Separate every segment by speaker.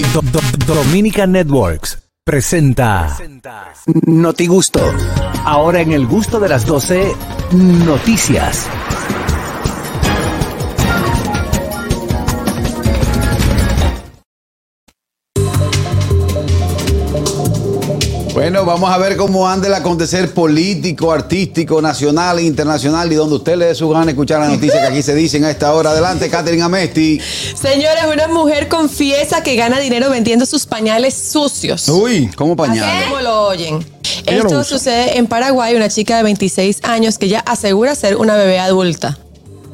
Speaker 1: Do- Do- Dominica Networks presenta Noti Gusto. Ahora en el gusto de las 12, noticias.
Speaker 2: Bueno, vamos a ver cómo anda el acontecer político, artístico, nacional e internacional y donde usted le dé su gana escuchar las noticias que aquí se dicen a esta hora. Adelante, Catherine Amesti.
Speaker 3: Señores, una mujer confiesa que gana dinero vendiendo sus pañales sucios.
Speaker 2: Uy, ¿cómo
Speaker 3: Así
Speaker 2: pañales?
Speaker 3: como lo oyen.
Speaker 4: Ella lo
Speaker 3: Esto
Speaker 4: usa.
Speaker 3: sucede en Paraguay, una chica de 26 años que ya asegura ser una bebé adulta.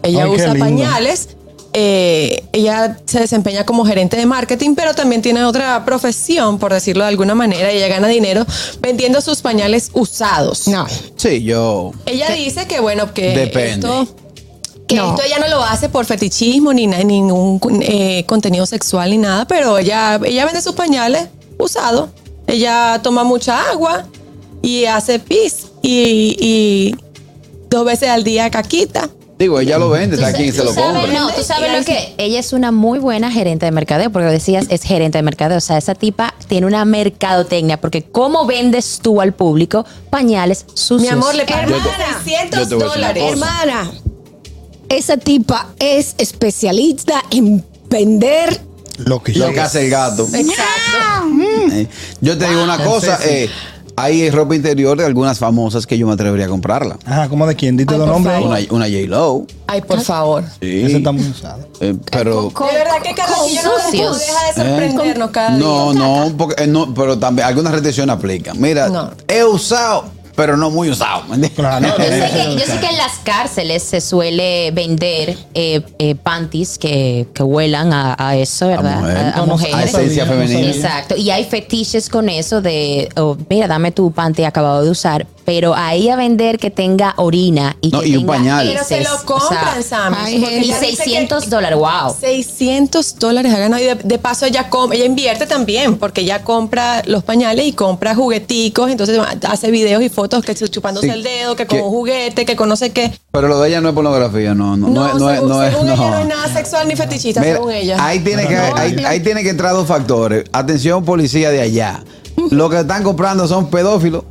Speaker 3: Ella
Speaker 4: Ay, qué
Speaker 3: usa
Speaker 4: lindo.
Speaker 3: pañales, eh, ella se desempeña como gerente de marketing, pero también tiene otra profesión, por decirlo de alguna manera, y ella gana dinero vendiendo sus pañales usados.
Speaker 4: No.
Speaker 2: Sí, yo.
Speaker 3: Ella dice que bueno, que
Speaker 2: Depende.
Speaker 3: esto... Que
Speaker 4: No.
Speaker 3: esto ella no lo hace por fetichismo ni na- ningún eh, contenido sexual ni nada, pero ella, ella vende sus pañales usados. Ella toma mucha agua y hace pis y, y dos veces al día caquita.
Speaker 2: Digo, ella lo vende,
Speaker 5: Tú
Speaker 2: está
Speaker 5: sa-
Speaker 2: quien se
Speaker 5: tú
Speaker 2: lo
Speaker 5: sabes,
Speaker 2: compra.
Speaker 5: No, tú sabes lo que. Ella es una muy buena gerente de mercadeo, porque lo decías, es gerente de mercadeo. O sea, esa tipa tiene una mercadotecnia, porque ¿cómo vendes tú al público pañales sucios?
Speaker 3: Mi amor, le pago
Speaker 2: Yo te-
Speaker 3: 600
Speaker 2: yo te voy a decir una
Speaker 3: dólares.
Speaker 2: cosa.
Speaker 3: Hermano,
Speaker 4: Hermana, esa tipa es especialista en vender
Speaker 6: Lo que
Speaker 2: Lo que hace el gato.
Speaker 3: Exacto.
Speaker 2: Eh, Yo te digo una cosa, eh, hay ropa interior de algunas famosas que yo me atrevería a comprarla.
Speaker 6: Ajá, ¿cómo de quién? Dite
Speaker 3: Ay,
Speaker 6: los
Speaker 3: por
Speaker 6: nombres.
Speaker 3: favor.
Speaker 2: Una, una J-Lo.
Speaker 3: Ay, por favor.
Speaker 2: Sí.
Speaker 6: Esa está muy usada.
Speaker 2: Eh, pero.
Speaker 3: De verdad que cada día no
Speaker 5: sucios.
Speaker 3: deja de
Speaker 2: ¿Eh?
Speaker 3: sorprendernos cada
Speaker 2: No,
Speaker 3: día.
Speaker 2: no, porque, eh, no, pero también algunas restricciones aplican. Mira,
Speaker 3: No.
Speaker 2: he usado, pero no muy usado. ¿me entiendes?
Speaker 6: Claro.
Speaker 5: Yo sé, que, yo sé que en las cárceles se suele vender eh, eh, panties que, que huelan a, a eso, ¿verdad?
Speaker 2: mujer.
Speaker 5: A, a
Speaker 6: No, no,
Speaker 2: Ah, A
Speaker 5: mujeres.
Speaker 6: sabía,
Speaker 2: esencia
Speaker 6: no
Speaker 2: femenina.
Speaker 6: sabía.
Speaker 5: Exacto. Y hay fetiches con eso de, oh, mira, dame tu panty acabado de usar, pero ahí a vender que tenga orina y
Speaker 2: No,
Speaker 5: que
Speaker 2: y un
Speaker 5: tenga
Speaker 2: pañal.
Speaker 3: Pero se
Speaker 5: heces,
Speaker 3: lo compran,
Speaker 5: o sea,
Speaker 3: Sammy.
Speaker 4: ay,
Speaker 3: porque
Speaker 5: Y
Speaker 3: ella dice que-
Speaker 5: 600 dólares, wow.
Speaker 3: 600 dólares ha ganado y de, de paso ella com- ella invierte también porque ella compra los pañales y compra jugueticos, entonces hace videos y fotos que chupándose
Speaker 2: Sí,
Speaker 3: el dedo, que,
Speaker 2: que-
Speaker 3: con un juguete, que conoce que
Speaker 2: Pero lo de ella no es pornografía, no, no, no, es- no es,
Speaker 3: según,
Speaker 2: no es,
Speaker 3: según ella no es
Speaker 2: no.
Speaker 3: nada sexual ni fetichista,
Speaker 2: Mira,
Speaker 3: según ella.
Speaker 2: ahí tiene
Speaker 6: No,
Speaker 2: que,
Speaker 6: no,
Speaker 2: ahí,
Speaker 6: no.
Speaker 2: ahí tiene que entrar dos factores. Atención, policía de allá. Lo que están comprando son pedófilos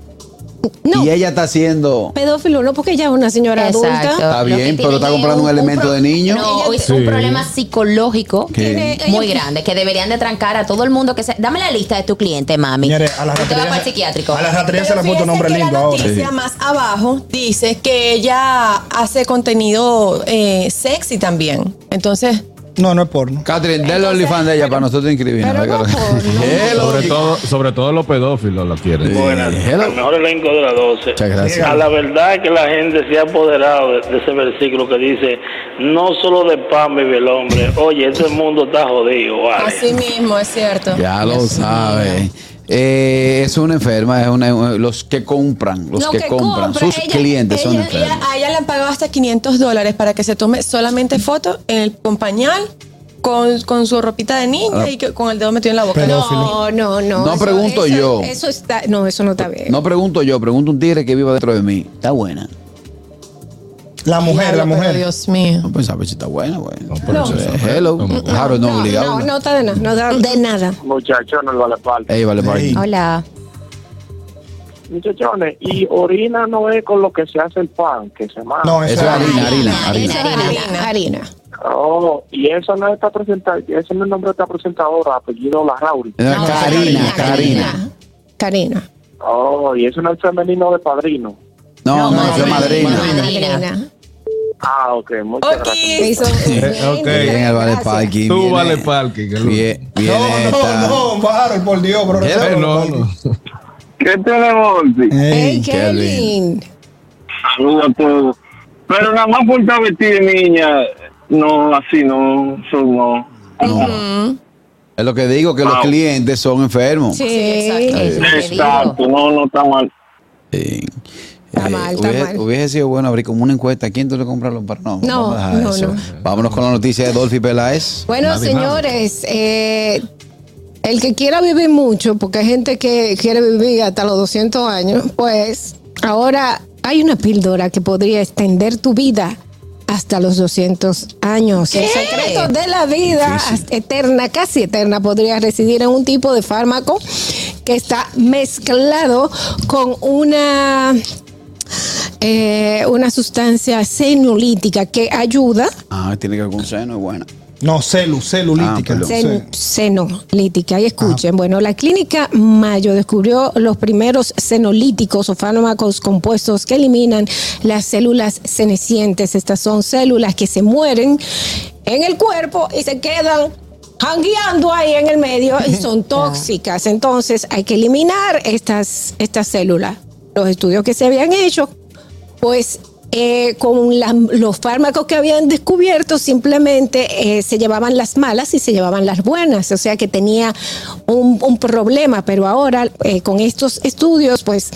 Speaker 4: No,
Speaker 2: y ella está haciendo.
Speaker 4: pedófilo, no, porque ella es una señora adulta.
Speaker 2: Está
Speaker 5: Lo que
Speaker 2: bien,
Speaker 5: tiene
Speaker 2: pero está
Speaker 5: es
Speaker 2: comprando un elemento
Speaker 5: pro-
Speaker 2: de niño.
Speaker 5: No, es
Speaker 7: Sí.
Speaker 5: un problema psicológico
Speaker 2: ¿Qué? Tiene-
Speaker 5: muy
Speaker 4: ella-
Speaker 5: grande que deberían de trancar a todo el mundo que se. Dame la lista de tu cliente, mami.
Speaker 6: Señores, a la
Speaker 5: Tú te vas
Speaker 6: ratería.
Speaker 5: para el psiquiátrico.
Speaker 6: A la ratería se le ha
Speaker 3: Pero
Speaker 6: puesto
Speaker 3: fíjense
Speaker 6: nombre
Speaker 3: que
Speaker 6: lindo
Speaker 3: la
Speaker 6: ahora.
Speaker 3: noticia más abajo dice que ella hace contenido eh, sexy también. Entonces,
Speaker 6: No, no es porno.
Speaker 2: Catherine, denle los OnlyFans de ella para nosotros inscribirnos.
Speaker 4: pero no porno.
Speaker 2: Hello.
Speaker 7: Sobre todo, sobre todo los pedófilos la tienen.
Speaker 8: El
Speaker 2: Hello.
Speaker 8: mejor elenco de la 12.
Speaker 2: Muchas gracias.
Speaker 8: A la verdad es que la gente se ha apoderado de, de ese versículo que dice, no solo de pan vive el hombre. Oye, este mundo está jodido, vale.
Speaker 3: así mismo es cierto.
Speaker 2: Ya lo
Speaker 3: Dios mío.
Speaker 2: sabe. Eh, es una enferma, es una- eh, los que compran, los
Speaker 4: Lo
Speaker 2: que,
Speaker 4: que
Speaker 2: compran,
Speaker 4: compra,
Speaker 2: sus
Speaker 4: ella-
Speaker 2: clientes son
Speaker 4: ella-
Speaker 2: enfermos.
Speaker 3: A ella le han pagado hasta 500 dólares para que se tome solamente foto en el con pañal, con, con su ropita de niña y que- con el dedo metido en la boca.
Speaker 4: No, no, no.
Speaker 2: Ah. No pregunto
Speaker 4: eso-
Speaker 2: yo.
Speaker 4: Eso está, no, eso no está bien.
Speaker 2: No pregunto yo, pregunto un tigre que viva dentro de mí. Está buena.
Speaker 6: La mujer, la
Speaker 3: Diablo, pero
Speaker 6: mujer.
Speaker 3: Dios mío.
Speaker 2: No pensaba si está buena, güey.
Speaker 7: pero eso
Speaker 2: Eh,
Speaker 7: es-
Speaker 2: Hello.
Speaker 7: No.
Speaker 2: Claro, no, obligado.
Speaker 4: no, no está de nada, no da de nada.
Speaker 8: Muchachones, vale parte.
Speaker 2: Ey, vale, para
Speaker 6: Ey.
Speaker 5: Hola.
Speaker 8: Muchachones, y orina no es con lo que se hace el pan, que se manda.
Speaker 6: No,
Speaker 2: Eso
Speaker 6: eso
Speaker 2: es
Speaker 6: es
Speaker 2: harina, harina,
Speaker 4: Eso
Speaker 2: harina.
Speaker 4: es
Speaker 3: Harina.
Speaker 4: harina, harina.
Speaker 8: Oh, y eso no está presentado, ese no es el nombre de esta presentadora, apellido La Rauri.
Speaker 2: No, es Karina,
Speaker 4: Karina,
Speaker 2: Karina.
Speaker 4: Karina. Karina.
Speaker 8: Oh, y eso no es femenino de padrino.
Speaker 2: No, no, eso es
Speaker 5: madrina.
Speaker 2: madrina.
Speaker 4: Madrina.
Speaker 8: Ah, ok, muchas gracias.
Speaker 3: Oquis.
Speaker 4: Eso,
Speaker 7: ok.
Speaker 2: Bien, el vale parking.
Speaker 7: Tú
Speaker 2: viene-
Speaker 7: vale parking. que lo-
Speaker 2: Bien, bien.
Speaker 6: No,
Speaker 2: esta.
Speaker 6: no, no, Harold, por Dios, bro.
Speaker 2: Eh,
Speaker 6: respeta
Speaker 7: Eh, no,
Speaker 6: los
Speaker 7: no.
Speaker 8: ¿Qué tenemos?
Speaker 6: parking.
Speaker 4: Hey,
Speaker 6: Ey,
Speaker 4: Kevin.
Speaker 8: Saludos a todos. Pero nada más por estar vestida de niña, no, así no, eso no.
Speaker 2: Mm. Es lo que digo, que los
Speaker 8: Wow.
Speaker 2: clientes son enfermos.
Speaker 4: Sí,
Speaker 5: exacto.
Speaker 4: exacto.
Speaker 5: Eso es lo que digo.
Speaker 8: Exacto, no, no está mal.
Speaker 2: Sí.
Speaker 4: Está mal, está
Speaker 2: eh, hubiese,
Speaker 4: mal.
Speaker 2: hubiese sido bueno abrir como una encuesta. ¿A quién tú le compras los par? No,
Speaker 4: No,
Speaker 2: vamos a dejar
Speaker 4: no,
Speaker 2: eso.
Speaker 4: no.
Speaker 2: Vámonos con la noticia de Dolphy Peláez.
Speaker 4: Bueno,
Speaker 7: Nadie
Speaker 4: señores, eh, el que quiera vivir mucho, porque hay gente que quiere vivir hasta los 200 años, pues ahora hay una píldora que podría extender tu vida
Speaker 3: hasta los 200 años. El secreto de la vida hasta- eterna, casi eterna, podría residir en un tipo de fármaco que está mezclado con una eh, una sustancia senolítica que ayuda
Speaker 2: Ah, tiene que ver con seno, es buena.
Speaker 6: No, celu, celulítica.
Speaker 2: Ah, perdón.
Speaker 6: Sí.
Speaker 3: Sen- senolítica. Y escuchen, bueno, la clínica Mayo descubrió los primeros senolíticos o fármacos compuestos que eliminan las células cenecientes. Estas son células que se mueren en el cuerpo y se quedan jangueando ahí en el medio y son tóxicas. Entonces hay que eliminar estas, estas células. Los estudios que se habían hecho pues eh, con la- los fármacos que habían descubierto simplemente eh, se llevaban las malas y se llevaban las buenas, o sea que tenía un, un problema, pero ahora eh, con estos estudios pues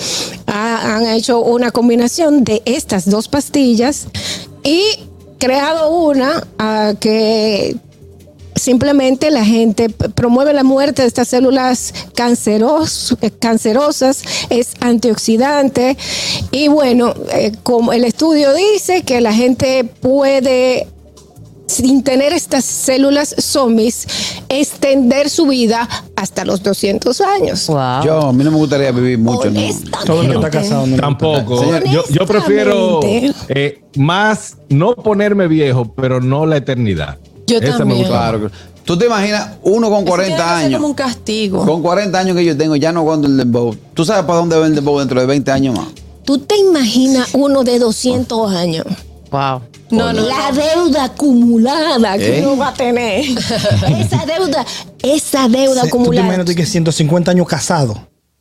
Speaker 3: ha- han hecho una combinación de estas dos pastillas y creado una ah, que simplemente la gente p- promueve la muerte de estas células canceros- eh, cancerosas, es antioxidante y bueno, eh, como el estudio dice que la gente puede sin tener estas células zombies, extender su vida hasta los 200 años.
Speaker 5: Wow.
Speaker 2: Yo, a mí no me gustaría vivir mucho. ¿no?
Speaker 3: Honestamente.
Speaker 6: Todo el que está casado no le
Speaker 7: Tampoco.
Speaker 2: Señor,
Speaker 7: Yo, yo prefiero
Speaker 3: honestamente.
Speaker 7: eh, más no ponerme viejo, pero no la eternidad.
Speaker 9: Yo
Speaker 7: Esa me
Speaker 9: también.
Speaker 7: gusta. más.
Speaker 2: Claro. Tú te imaginas uno con
Speaker 9: Eso tiene que
Speaker 2: 40
Speaker 9: ser
Speaker 2: años.
Speaker 9: como un castigo.
Speaker 2: Con 40 años que yo tengo, ya no aguanto el dembow. ¿Tú sabes para dónde va el dembow dentro de 20 años más?
Speaker 3: ¿Tú te imaginas uno de 200 años?
Speaker 5: Wow.
Speaker 9: No, no,
Speaker 3: La deuda acumulada que
Speaker 2: ¿Eh?
Speaker 3: uno va a tener. esa deuda, esa deuda
Speaker 6: Se- Tú te
Speaker 3: acumulada.
Speaker 6: imaginas de que 150 años casado,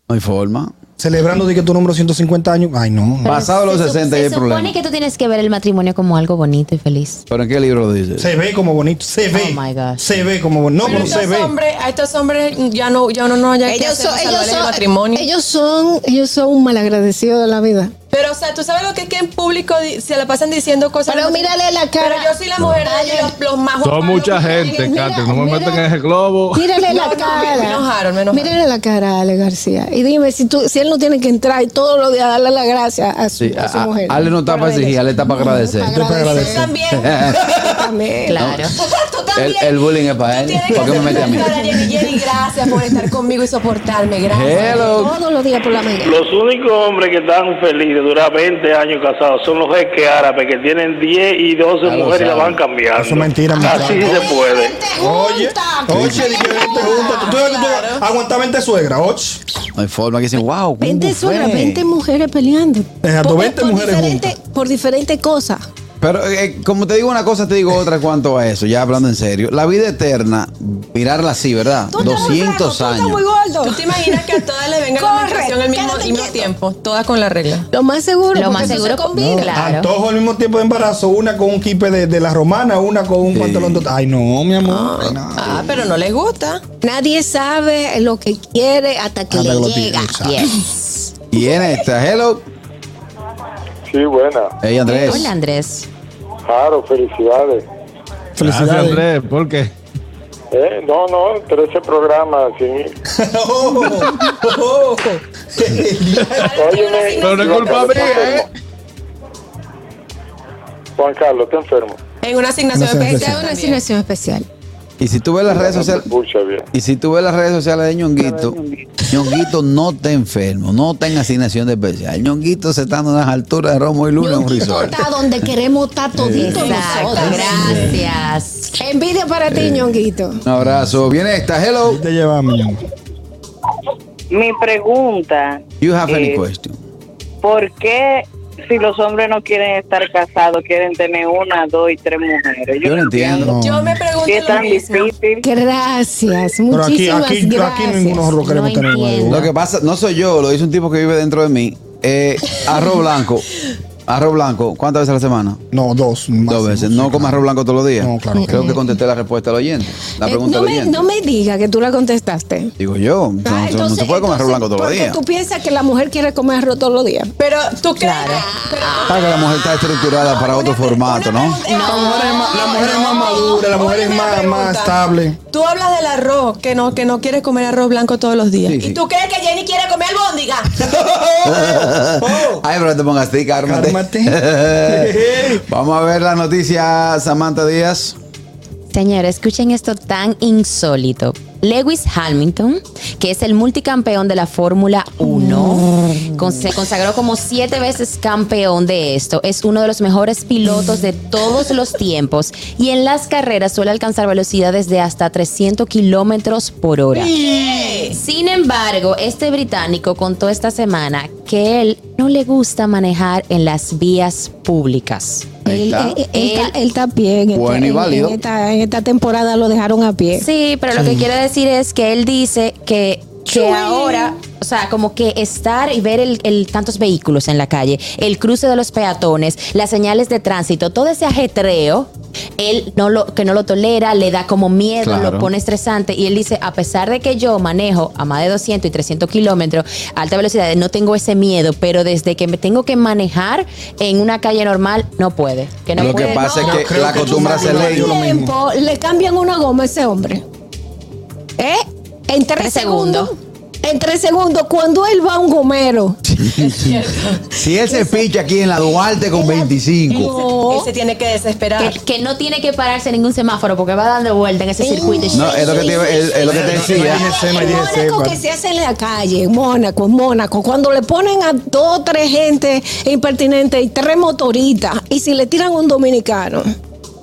Speaker 2: No hay forma.
Speaker 6: celebrando de que tu número 150 años. Ay, no.
Speaker 2: Pasado los
Speaker 5: Se su-
Speaker 2: 60 ya
Speaker 5: Se
Speaker 2: hay problema.
Speaker 5: supone que tú tienes que ver el matrimonio como algo bonito y feliz.
Speaker 2: ¿Pero en qué libro lo dices?
Speaker 6: Se ve como bonito, se ve.
Speaker 5: Oh, my gosh.
Speaker 6: Se ve como bonito. No,
Speaker 9: Pero
Speaker 6: pero se
Speaker 9: estos
Speaker 6: ve.
Speaker 9: hombres, a estos hombres ya no, ya uno no, ya hay que
Speaker 3: ellos
Speaker 9: hacer
Speaker 3: son, ellos,
Speaker 9: salvarle el
Speaker 3: son,
Speaker 9: matrimonio.
Speaker 3: ellos son, ellos son malagradecidos de la vida.
Speaker 9: Pero, o sea, tú sabes lo que es que en público di- se la pasan diciendo cosas.
Speaker 3: Pero mírale la cara.
Speaker 9: Pero yo soy la mujer de ellos, los, los más
Speaker 7: Son
Speaker 9: guapos,
Speaker 7: mucha
Speaker 9: los-
Speaker 7: gente,
Speaker 3: mira,
Speaker 7: Cáter. No me
Speaker 3: mira.
Speaker 7: meten en ese globo.
Speaker 3: Mírale
Speaker 9: No,
Speaker 3: la
Speaker 9: no,
Speaker 3: cara.
Speaker 9: me enojaron, me enojaron.
Speaker 3: Mírale la cara a Ale García. Y dime si tú, si él no tiene que entrar y todos los días darle la gracia a su,
Speaker 2: Sí,
Speaker 3: a su
Speaker 2: a- a-
Speaker 3: mujer.
Speaker 2: Ale no está para exigir, Ale está para agradecer.
Speaker 3: Para
Speaker 9: Tú
Speaker 3: agradecer.
Speaker 9: también.
Speaker 3: También.
Speaker 5: Claro.
Speaker 9: Tú también.
Speaker 2: El, el bullying es para
Speaker 9: Tú
Speaker 2: él.
Speaker 9: tienes que
Speaker 2: ¿Por qué me
Speaker 9: hacerle
Speaker 2: mete a mí?
Speaker 9: cara, Jenny, Jenny, gracias por estar conmigo y soportarme. Gracias.
Speaker 2: Hello.
Speaker 3: Todos los días por la mañana.
Speaker 10: Los únicos hombres que están felices de durar 20 años casados son los jeques árabes que tienen 10 y 12
Speaker 2: Ya lo
Speaker 10: mujeres y la van
Speaker 2: saben.
Speaker 10: cambiando.
Speaker 6: Eso es mentira,
Speaker 10: Así
Speaker 6: muchacho.
Speaker 10: se puede.
Speaker 6: Oye, oye,
Speaker 2: Sí.
Speaker 6: di que vente junta. Tú, tú, tú, tú, aguanta 20 suegra, oye.
Speaker 2: No hay forma que dicen, wow. ¿cómo
Speaker 3: 20
Speaker 2: fue?
Speaker 3: suegras, 20 mujeres peleando.
Speaker 6: Exacto, 20 mujeres
Speaker 3: diferente- Por diferentes cosas.
Speaker 2: Pero eh, como te digo una cosa, te digo otra en cuanto a eso, ya hablando en serio. La vida eterna, mirarla así, ¿verdad?
Speaker 3: Tú estás muy
Speaker 2: 200
Speaker 3: flaco,
Speaker 2: años.
Speaker 3: Tú estás muy gordo.
Speaker 9: ¿Tú te imaginas que a todas les venga la
Speaker 3: Corre,
Speaker 9: menstruación al mismo,
Speaker 3: quédate
Speaker 9: al mismo
Speaker 3: quieto.
Speaker 9: tiempo? Todas con la regla.
Speaker 3: Lo más seguro.
Speaker 5: Lo más
Speaker 3: porque eso se
Speaker 5: seguro. pues,
Speaker 3: combina.
Speaker 5: Claro.
Speaker 6: Antojo al mismo tiempo de embarazo, una con un kipe de, de la romana, una con un pantalón de. Ay, no, mi amor. Ay, no.
Speaker 9: Ah, pero no les gusta.
Speaker 3: Nadie sabe lo que quiere hasta que
Speaker 6: Hasta
Speaker 3: le
Speaker 6: que lo
Speaker 3: llega.
Speaker 6: tiene, exacto.
Speaker 2: Y en esta, hello.
Speaker 8: Sí, buena.
Speaker 2: Hey, Andrés.
Speaker 5: Hola, Andrés.
Speaker 8: Claro, felicidades.
Speaker 7: Gracias,
Speaker 6: Felicidades.
Speaker 7: Andrés, ¿por qué?
Speaker 8: Eh, No, no, pero ese programa, sí.
Speaker 6: Oh, oh, oh.
Speaker 8: Óyeme,
Speaker 7: Pero no es
Speaker 8: Juan
Speaker 7: culpa
Speaker 8: Carlos,
Speaker 7: mía,
Speaker 8: está
Speaker 7: ¿eh?
Speaker 8: enfermo. Juan Carlos, está enfermo.
Speaker 9: En una asignación
Speaker 6: Una asignación.
Speaker 9: especial.
Speaker 3: Una
Speaker 9: también.
Speaker 3: asignación especial.
Speaker 2: Y si tú ves las redes sociales.
Speaker 8: Escucha bien.
Speaker 2: Y si tú ves las redes sociales de Ñonguito, Ñonguito no está enfermo, no está en asignación de especial. Ñonguito se está en unas alturas de Romo y Luna en un
Speaker 3: Ñonguito
Speaker 2: resort.
Speaker 3: está donde queremos estar toditos
Speaker 5: Exacto.
Speaker 3: nosotros.
Speaker 5: Gracias.
Speaker 3: Envidia para ti, Ñonguito.
Speaker 2: Un abrazo. Viene esta, hello.
Speaker 6: Te llevamos, mi amor.
Speaker 11: Mi pregunta,
Speaker 2: You have any
Speaker 11: Eh,
Speaker 2: question?
Speaker 11: ¿por qué si los hombres no quieren estar casados, quieren tener una, dos y tres mujeres?
Speaker 2: Yo no entiendo.
Speaker 6: No.
Speaker 9: Yo me pregunto
Speaker 11: ¿Qué es
Speaker 9: lo
Speaker 11: tan
Speaker 9: mismo.
Speaker 11: difícil?
Speaker 3: Gracias,
Speaker 6: Pero aquí,
Speaker 3: muchísimas
Speaker 6: aquí, aquí
Speaker 3: gracias.
Speaker 6: ninguno lo queremos
Speaker 5: No
Speaker 6: tener
Speaker 5: entiendo.
Speaker 2: Lo que pasa, no soy yo, lo dice un tipo que vive dentro de mí. Eh, arroz blanco. Arroz blanco, ¿cuántas veces a la semana?
Speaker 6: No, dos. máximo,
Speaker 2: Dos veces.
Speaker 6: sí,
Speaker 2: No
Speaker 6: claro.
Speaker 2: comas arroz blanco todos los días.
Speaker 6: No, claro que
Speaker 2: Creo que contesté la respuesta al oyente. La
Speaker 3: Eh,
Speaker 2: pregunta
Speaker 3: no,
Speaker 2: al
Speaker 3: me,
Speaker 2: oyente.
Speaker 3: no me diga que tú la contestaste.
Speaker 2: Digo yo, no,
Speaker 3: Ah,
Speaker 2: no se puede comer arroz blanco todos los
Speaker 3: porque
Speaker 2: días.
Speaker 3: tú piensas que la mujer quiere comer arroz todos los días.
Speaker 9: Pero tú crees. Pero-
Speaker 2: Para que la mujer está estructurada para otro formato, ¿no?
Speaker 6: La mujer es más, la mujer es más madura, la mujer
Speaker 9: Oye,
Speaker 6: es
Speaker 9: una
Speaker 6: más,
Speaker 9: pregunta.
Speaker 6: más estable.
Speaker 9: Tú hablas del arroz, que no, que no quieres comer arroz blanco todos los días.
Speaker 2: Sí,
Speaker 9: ¿Y
Speaker 2: sí.
Speaker 9: tú crees que Jenny quiere comer albóndiga?
Speaker 2: Ay, pero no te pongas tica, ármate.
Speaker 6: Cálmate.
Speaker 2: Vamos a ver la noticia, Samantha Díaz.
Speaker 5: Señores, escuchen esto tan insólito. Lewis Hamilton, que es el multicampeón de la Fórmula 1, con- se consagró como siete veces campeón de esto. Es uno de los mejores pilotos de todos los tiempos y en las carreras suele alcanzar velocidades de hasta 300 kilómetros por hora. Sin embargo, este británico contó esta semana que él no le gusta manejar en las vías públicas.
Speaker 2: Ahí
Speaker 3: Él,
Speaker 2: está.
Speaker 3: él- él está, él está a pie. En esta-
Speaker 2: Bueno y
Speaker 3: en-
Speaker 2: válido.
Speaker 3: en esta, en esta temporada lo dejaron a pie.
Speaker 5: Sí, pero lo que quiero decir es que él dice que, que ahora, o sea, como que estar y ver el, el- tantos vehículos en la calle, el cruce de los peatones, las señales de tránsito, todo ese ajetreo, él no lo, que no lo tolera, le da como miedo,
Speaker 2: Claro.
Speaker 5: lo pone estresante. Y él dice, a pesar de que yo manejo a más de 200 y 300 kilómetros a alta velocidad, no tengo ese miedo, pero desde que me tengo que manejar en una calle normal, no puede. Que no
Speaker 2: Lo que
Speaker 5: puede,
Speaker 2: pasa
Speaker 5: no,
Speaker 2: es que la costumbre hace ley.
Speaker 6: yo lo mismo.
Speaker 3: tiempo le cambian una goma a ese hombre. ¿Eh? En tres,
Speaker 5: Tres
Speaker 3: segundos.
Speaker 5: segundos.
Speaker 3: En tres segundos, cuando él va a un gomero.
Speaker 2: Si él se picha aquí en la Duarte con 25.
Speaker 9: Él
Speaker 3: Oh.
Speaker 9: se tiene que desesperar.
Speaker 5: que, que no tiene que pararse en ningún semáforo porque va dando vuelta en ese circuito.
Speaker 2: No, es lo que te, es- es lo que te decía.
Speaker 6: Ese
Speaker 3: El
Speaker 6: María
Speaker 3: Mónaco
Speaker 6: sepa.
Speaker 3: que se hace en la calle, en Mónaco, en Mónaco, cuando le ponen a dos o tres gente impertinente y tres motoritas, y si le tiran un dominicano,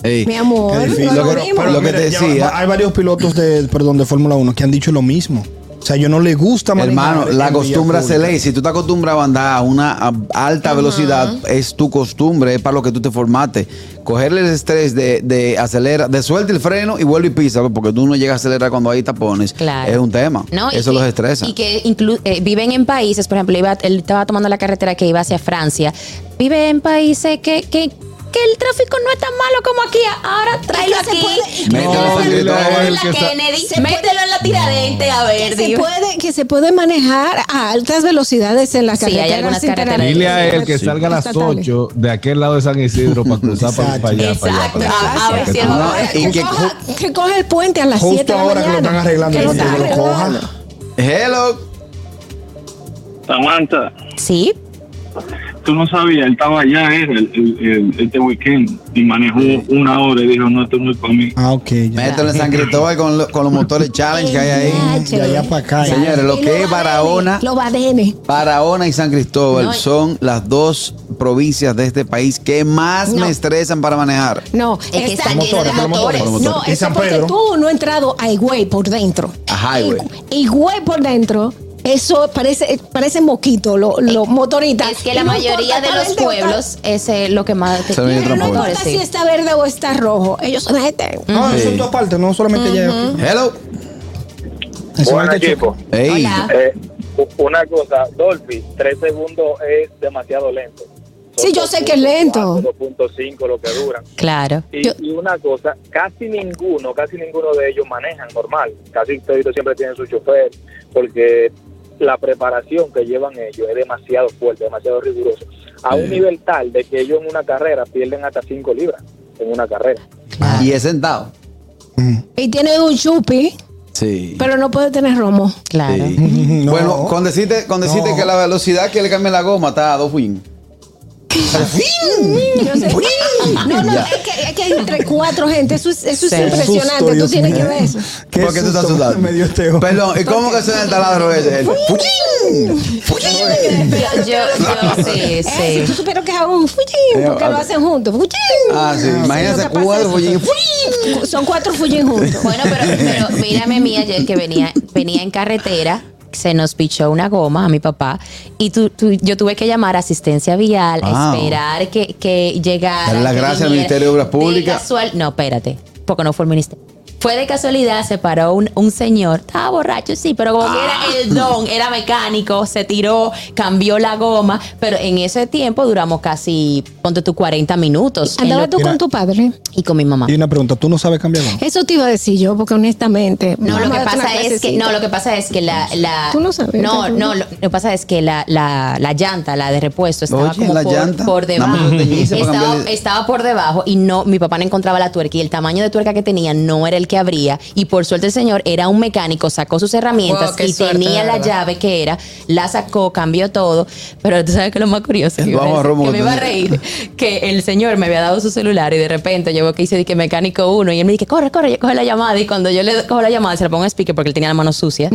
Speaker 2: Ey,
Speaker 3: mi amor,
Speaker 2: qué
Speaker 3: no
Speaker 2: difícil.
Speaker 3: es
Speaker 2: Lo
Speaker 3: lo
Speaker 2: que-
Speaker 3: mismo.
Speaker 2: pero lo que
Speaker 6: mira,
Speaker 2: te
Speaker 6: ya va,
Speaker 2: decía.
Speaker 6: Hay varios pilotos de, perdón, de Fórmula 1 que han dicho lo mismo. O sea, yo no le gusta manejar
Speaker 2: Hermano,
Speaker 6: en
Speaker 2: la
Speaker 6: vía
Speaker 2: costumbre se
Speaker 6: pública.
Speaker 2: ley. Si tú te acostumbras a andar a una a- alta velocidad, es tu costumbre, es para lo que tú te formaste. Cogerle el estrés de, de acelera, de suelta el freno y vuelve y pisa, porque tú no llegas a acelerar cuando ahí tapones.
Speaker 5: Claro.
Speaker 2: Es un tema.
Speaker 5: No, y
Speaker 2: Eso
Speaker 5: que-
Speaker 2: los estresa.
Speaker 5: Y que inclu- eh, viven en países, por ejemplo, iba- él estaba tomando la carretera que iba hacia Francia. Vive en países que, que, que el tráfico no es tan malo como aquí. Ahora tráelo
Speaker 3: se
Speaker 5: aquí.
Speaker 3: puede-
Speaker 2: Mételo
Speaker 5: Mételo
Speaker 2: en
Speaker 5: en
Speaker 2: Cristóbal,
Speaker 5: la
Speaker 7: que está-
Speaker 5: Kennedy, Mételo en la tiradente, a
Speaker 3: Que
Speaker 5: ver,
Speaker 3: se,
Speaker 5: digo.
Speaker 3: puede, que se puede manejar a altas velocidades en las
Speaker 5: Sí, hay
Speaker 3: carreteras.
Speaker 5: algunas
Speaker 3: interna-
Speaker 5: carreteras.
Speaker 7: Dile a él que
Speaker 3: Sí.
Speaker 7: salga a las
Speaker 3: Estatales.
Speaker 7: 8 de aquel lado de San Isidro para cruzar para, para allá. para allá, para allá.
Speaker 5: Exacto. A- a ver si él va a
Speaker 2: No,
Speaker 5: poder.
Speaker 2: y que-
Speaker 3: Coja- que coja el puente a las 7 de
Speaker 6: Justo
Speaker 3: la
Speaker 6: ahora
Speaker 3: mañana.
Speaker 6: que lo están arreglando,
Speaker 3: Que lo
Speaker 6: que
Speaker 3: están
Speaker 6: lo coja.
Speaker 3: arreglando.
Speaker 2: Hello.
Speaker 8: Samantha,
Speaker 5: Sí,
Speaker 8: tú no sabías, él estaba allá era el, el- el- este weekend y manejó una hora y dijo, no, esto no es para mí.
Speaker 6: Ah, ok. Ya,
Speaker 2: Mételo en San Cristóbal con, lo- con los motores challenge que hay ahí.
Speaker 6: de allá para acá. ya.
Speaker 2: Señores, lo
Speaker 3: Y
Speaker 2: que es
Speaker 3: Badene,
Speaker 2: Barahona.
Speaker 3: Lo Badene.
Speaker 2: Barahona y San Cristóbal
Speaker 5: No, y-
Speaker 2: son las dos provincias de este país que más
Speaker 3: No.
Speaker 2: me estresan para manejar.
Speaker 3: No,
Speaker 5: que
Speaker 3: esa-
Speaker 5: está lleno de
Speaker 6: Motores, pero motores.
Speaker 5: motores.
Speaker 3: No,
Speaker 6: Y
Speaker 3: eso
Speaker 6: San
Speaker 3: porque
Speaker 6: Pedro.
Speaker 3: tú no has entrado a Higüey por dentro.
Speaker 2: A Higüey.
Speaker 3: Higu- Higüey por dentro. Eso parece, parece moquito, los lo motoritas.
Speaker 5: es que la
Speaker 3: No
Speaker 5: mayoría
Speaker 3: importa
Speaker 5: de
Speaker 3: cuál
Speaker 5: los
Speaker 3: es de otra-
Speaker 5: pueblos es eh, lo que más
Speaker 2: Se ven
Speaker 3: Pero no
Speaker 2: Motores,
Speaker 3: importa si está verde o está rojo. Ellos son gente.
Speaker 6: No, eso es tu aparte, no solamente ya.
Speaker 2: Hello.
Speaker 6: Eso
Speaker 8: Buen
Speaker 6: es el que
Speaker 8: equipo.
Speaker 2: Ey.
Speaker 5: Hola.
Speaker 8: Eh, u- una cosa, Dolphy, tres segundos es demasiado lento. Son
Speaker 3: Sí, yo sé que es
Speaker 8: 2.4,
Speaker 3: lento.
Speaker 8: 2.5 lo que duran.
Speaker 5: Claro.
Speaker 8: Y, y una cosa, casi ninguno, casi ninguno de ellos manejan normal. Casi todos siempre tienen su chofer, porque la preparación que llevan ellos es demasiado fuerte, demasiado rigurosa. A un nivel tal de que ellos en una carrera pierden hasta 5 libras en una carrera.
Speaker 2: Y es sentado.
Speaker 3: Y tienen un chupi,
Speaker 2: Sí.
Speaker 3: pero no puede tener romo.
Speaker 5: Claro.
Speaker 2: Sí.
Speaker 6: No.
Speaker 2: Bueno, con decirte, con decirte
Speaker 6: No.
Speaker 2: que la velocidad que le cambia la goma está a dos win.
Speaker 3: Yo sé- No, no,
Speaker 2: Ya.
Speaker 3: es que, es que hay entre cuatro gente. Eso es, eso es
Speaker 5: Sí.
Speaker 3: impresionante.
Speaker 6: Susto,
Speaker 3: tú
Speaker 6: Dios
Speaker 3: tienes
Speaker 6: mío.
Speaker 3: que ver eso.
Speaker 6: Qué
Speaker 2: ¿Por qué tú estás
Speaker 6: susto
Speaker 2: sudando?
Speaker 6: Me dio este ojo.
Speaker 2: Perdón, ¿y cómo que suena el taladro ese? El ¡fuyin! ¡fuyin!
Speaker 5: Yo, yo, sí,
Speaker 3: Eh, si
Speaker 5: sí.
Speaker 3: tú supieras que es un
Speaker 2: Eh,
Speaker 3: fujín, porque lo
Speaker 2: ok.
Speaker 3: hacen juntos. Fujín.
Speaker 2: Ah, sí.
Speaker 3: lo
Speaker 2: Imagínense
Speaker 3: que pasa
Speaker 2: cuatro
Speaker 3: es-
Speaker 2: fuyin.
Speaker 3: Cu- Son cuatro fujín juntos.
Speaker 5: Bueno, pero, pero mírame mía ayer que venía, venía en carretera, se nos pichó una goma a mi papá y tu- tu- yo tuve que llamar a asistencia vial,
Speaker 2: Wow.
Speaker 5: esperar que, que llegara.
Speaker 2: Darle Ah. las
Speaker 5: que
Speaker 2: gracias al
Speaker 5: viniera.
Speaker 2: Ministerio de Obras
Speaker 5: De
Speaker 2: Públicas.
Speaker 5: casual- no, espérate, porque no fue el ministerio. Fue de casualidad, se paró un, un señor, estaba borracho, sí, pero como que era
Speaker 2: Ah.
Speaker 5: el don, era mecánico, se tiró, cambió la goma, pero en ese tiempo duramos casi, ponte tú, 40 minutos. en
Speaker 3: Andaba
Speaker 5: lo-
Speaker 3: tú
Speaker 6: Mira.
Speaker 3: con tu padre.
Speaker 5: y con mi mamá.
Speaker 6: Y una pregunta, ¿tú no sabes cambiar goma?
Speaker 3: Eso te iba a decir yo, porque honestamente.
Speaker 5: No, lo
Speaker 3: vamos a
Speaker 5: que
Speaker 3: darte una
Speaker 5: pasa es que
Speaker 3: clasecita.
Speaker 5: no, lo que pasa es que la, la-
Speaker 3: Tú no sabes,
Speaker 5: no,
Speaker 3: tú no.
Speaker 5: no, lo, lo que pasa es que la, la, la llanta, la de repuesto estaba
Speaker 2: Oye,
Speaker 5: como
Speaker 2: la
Speaker 5: por,
Speaker 2: llanta.
Speaker 5: por
Speaker 2: Nada
Speaker 5: debajo.
Speaker 2: más lo teñiste para
Speaker 5: Estaba,
Speaker 2: cambiarle-
Speaker 5: estaba por debajo y no mi papá no encontraba la tuerca y el tamaño de tuerca que tenía no era el que abría y por suerte el señor era un mecánico, sacó sus herramientas
Speaker 9: Wow, qué
Speaker 5: y
Speaker 9: suerte,
Speaker 5: tenía
Speaker 9: de
Speaker 5: la
Speaker 9: verdad.
Speaker 5: llave que era, la sacó, cambió todo, pero tú sabes que lo más curioso que,
Speaker 2: El
Speaker 5: iba a
Speaker 2: bajo
Speaker 5: decir,
Speaker 2: arromo
Speaker 5: que
Speaker 2: que
Speaker 5: me iba a
Speaker 2: tenía.
Speaker 5: reír, que el señor me había dado su celular y de repente yo veo que hice de que mecánico uno y él me dice, corre, corre, yo coge la llamada y cuando yo le cojo la llamada se la pongo en speaker porque él tenía la mano sucia,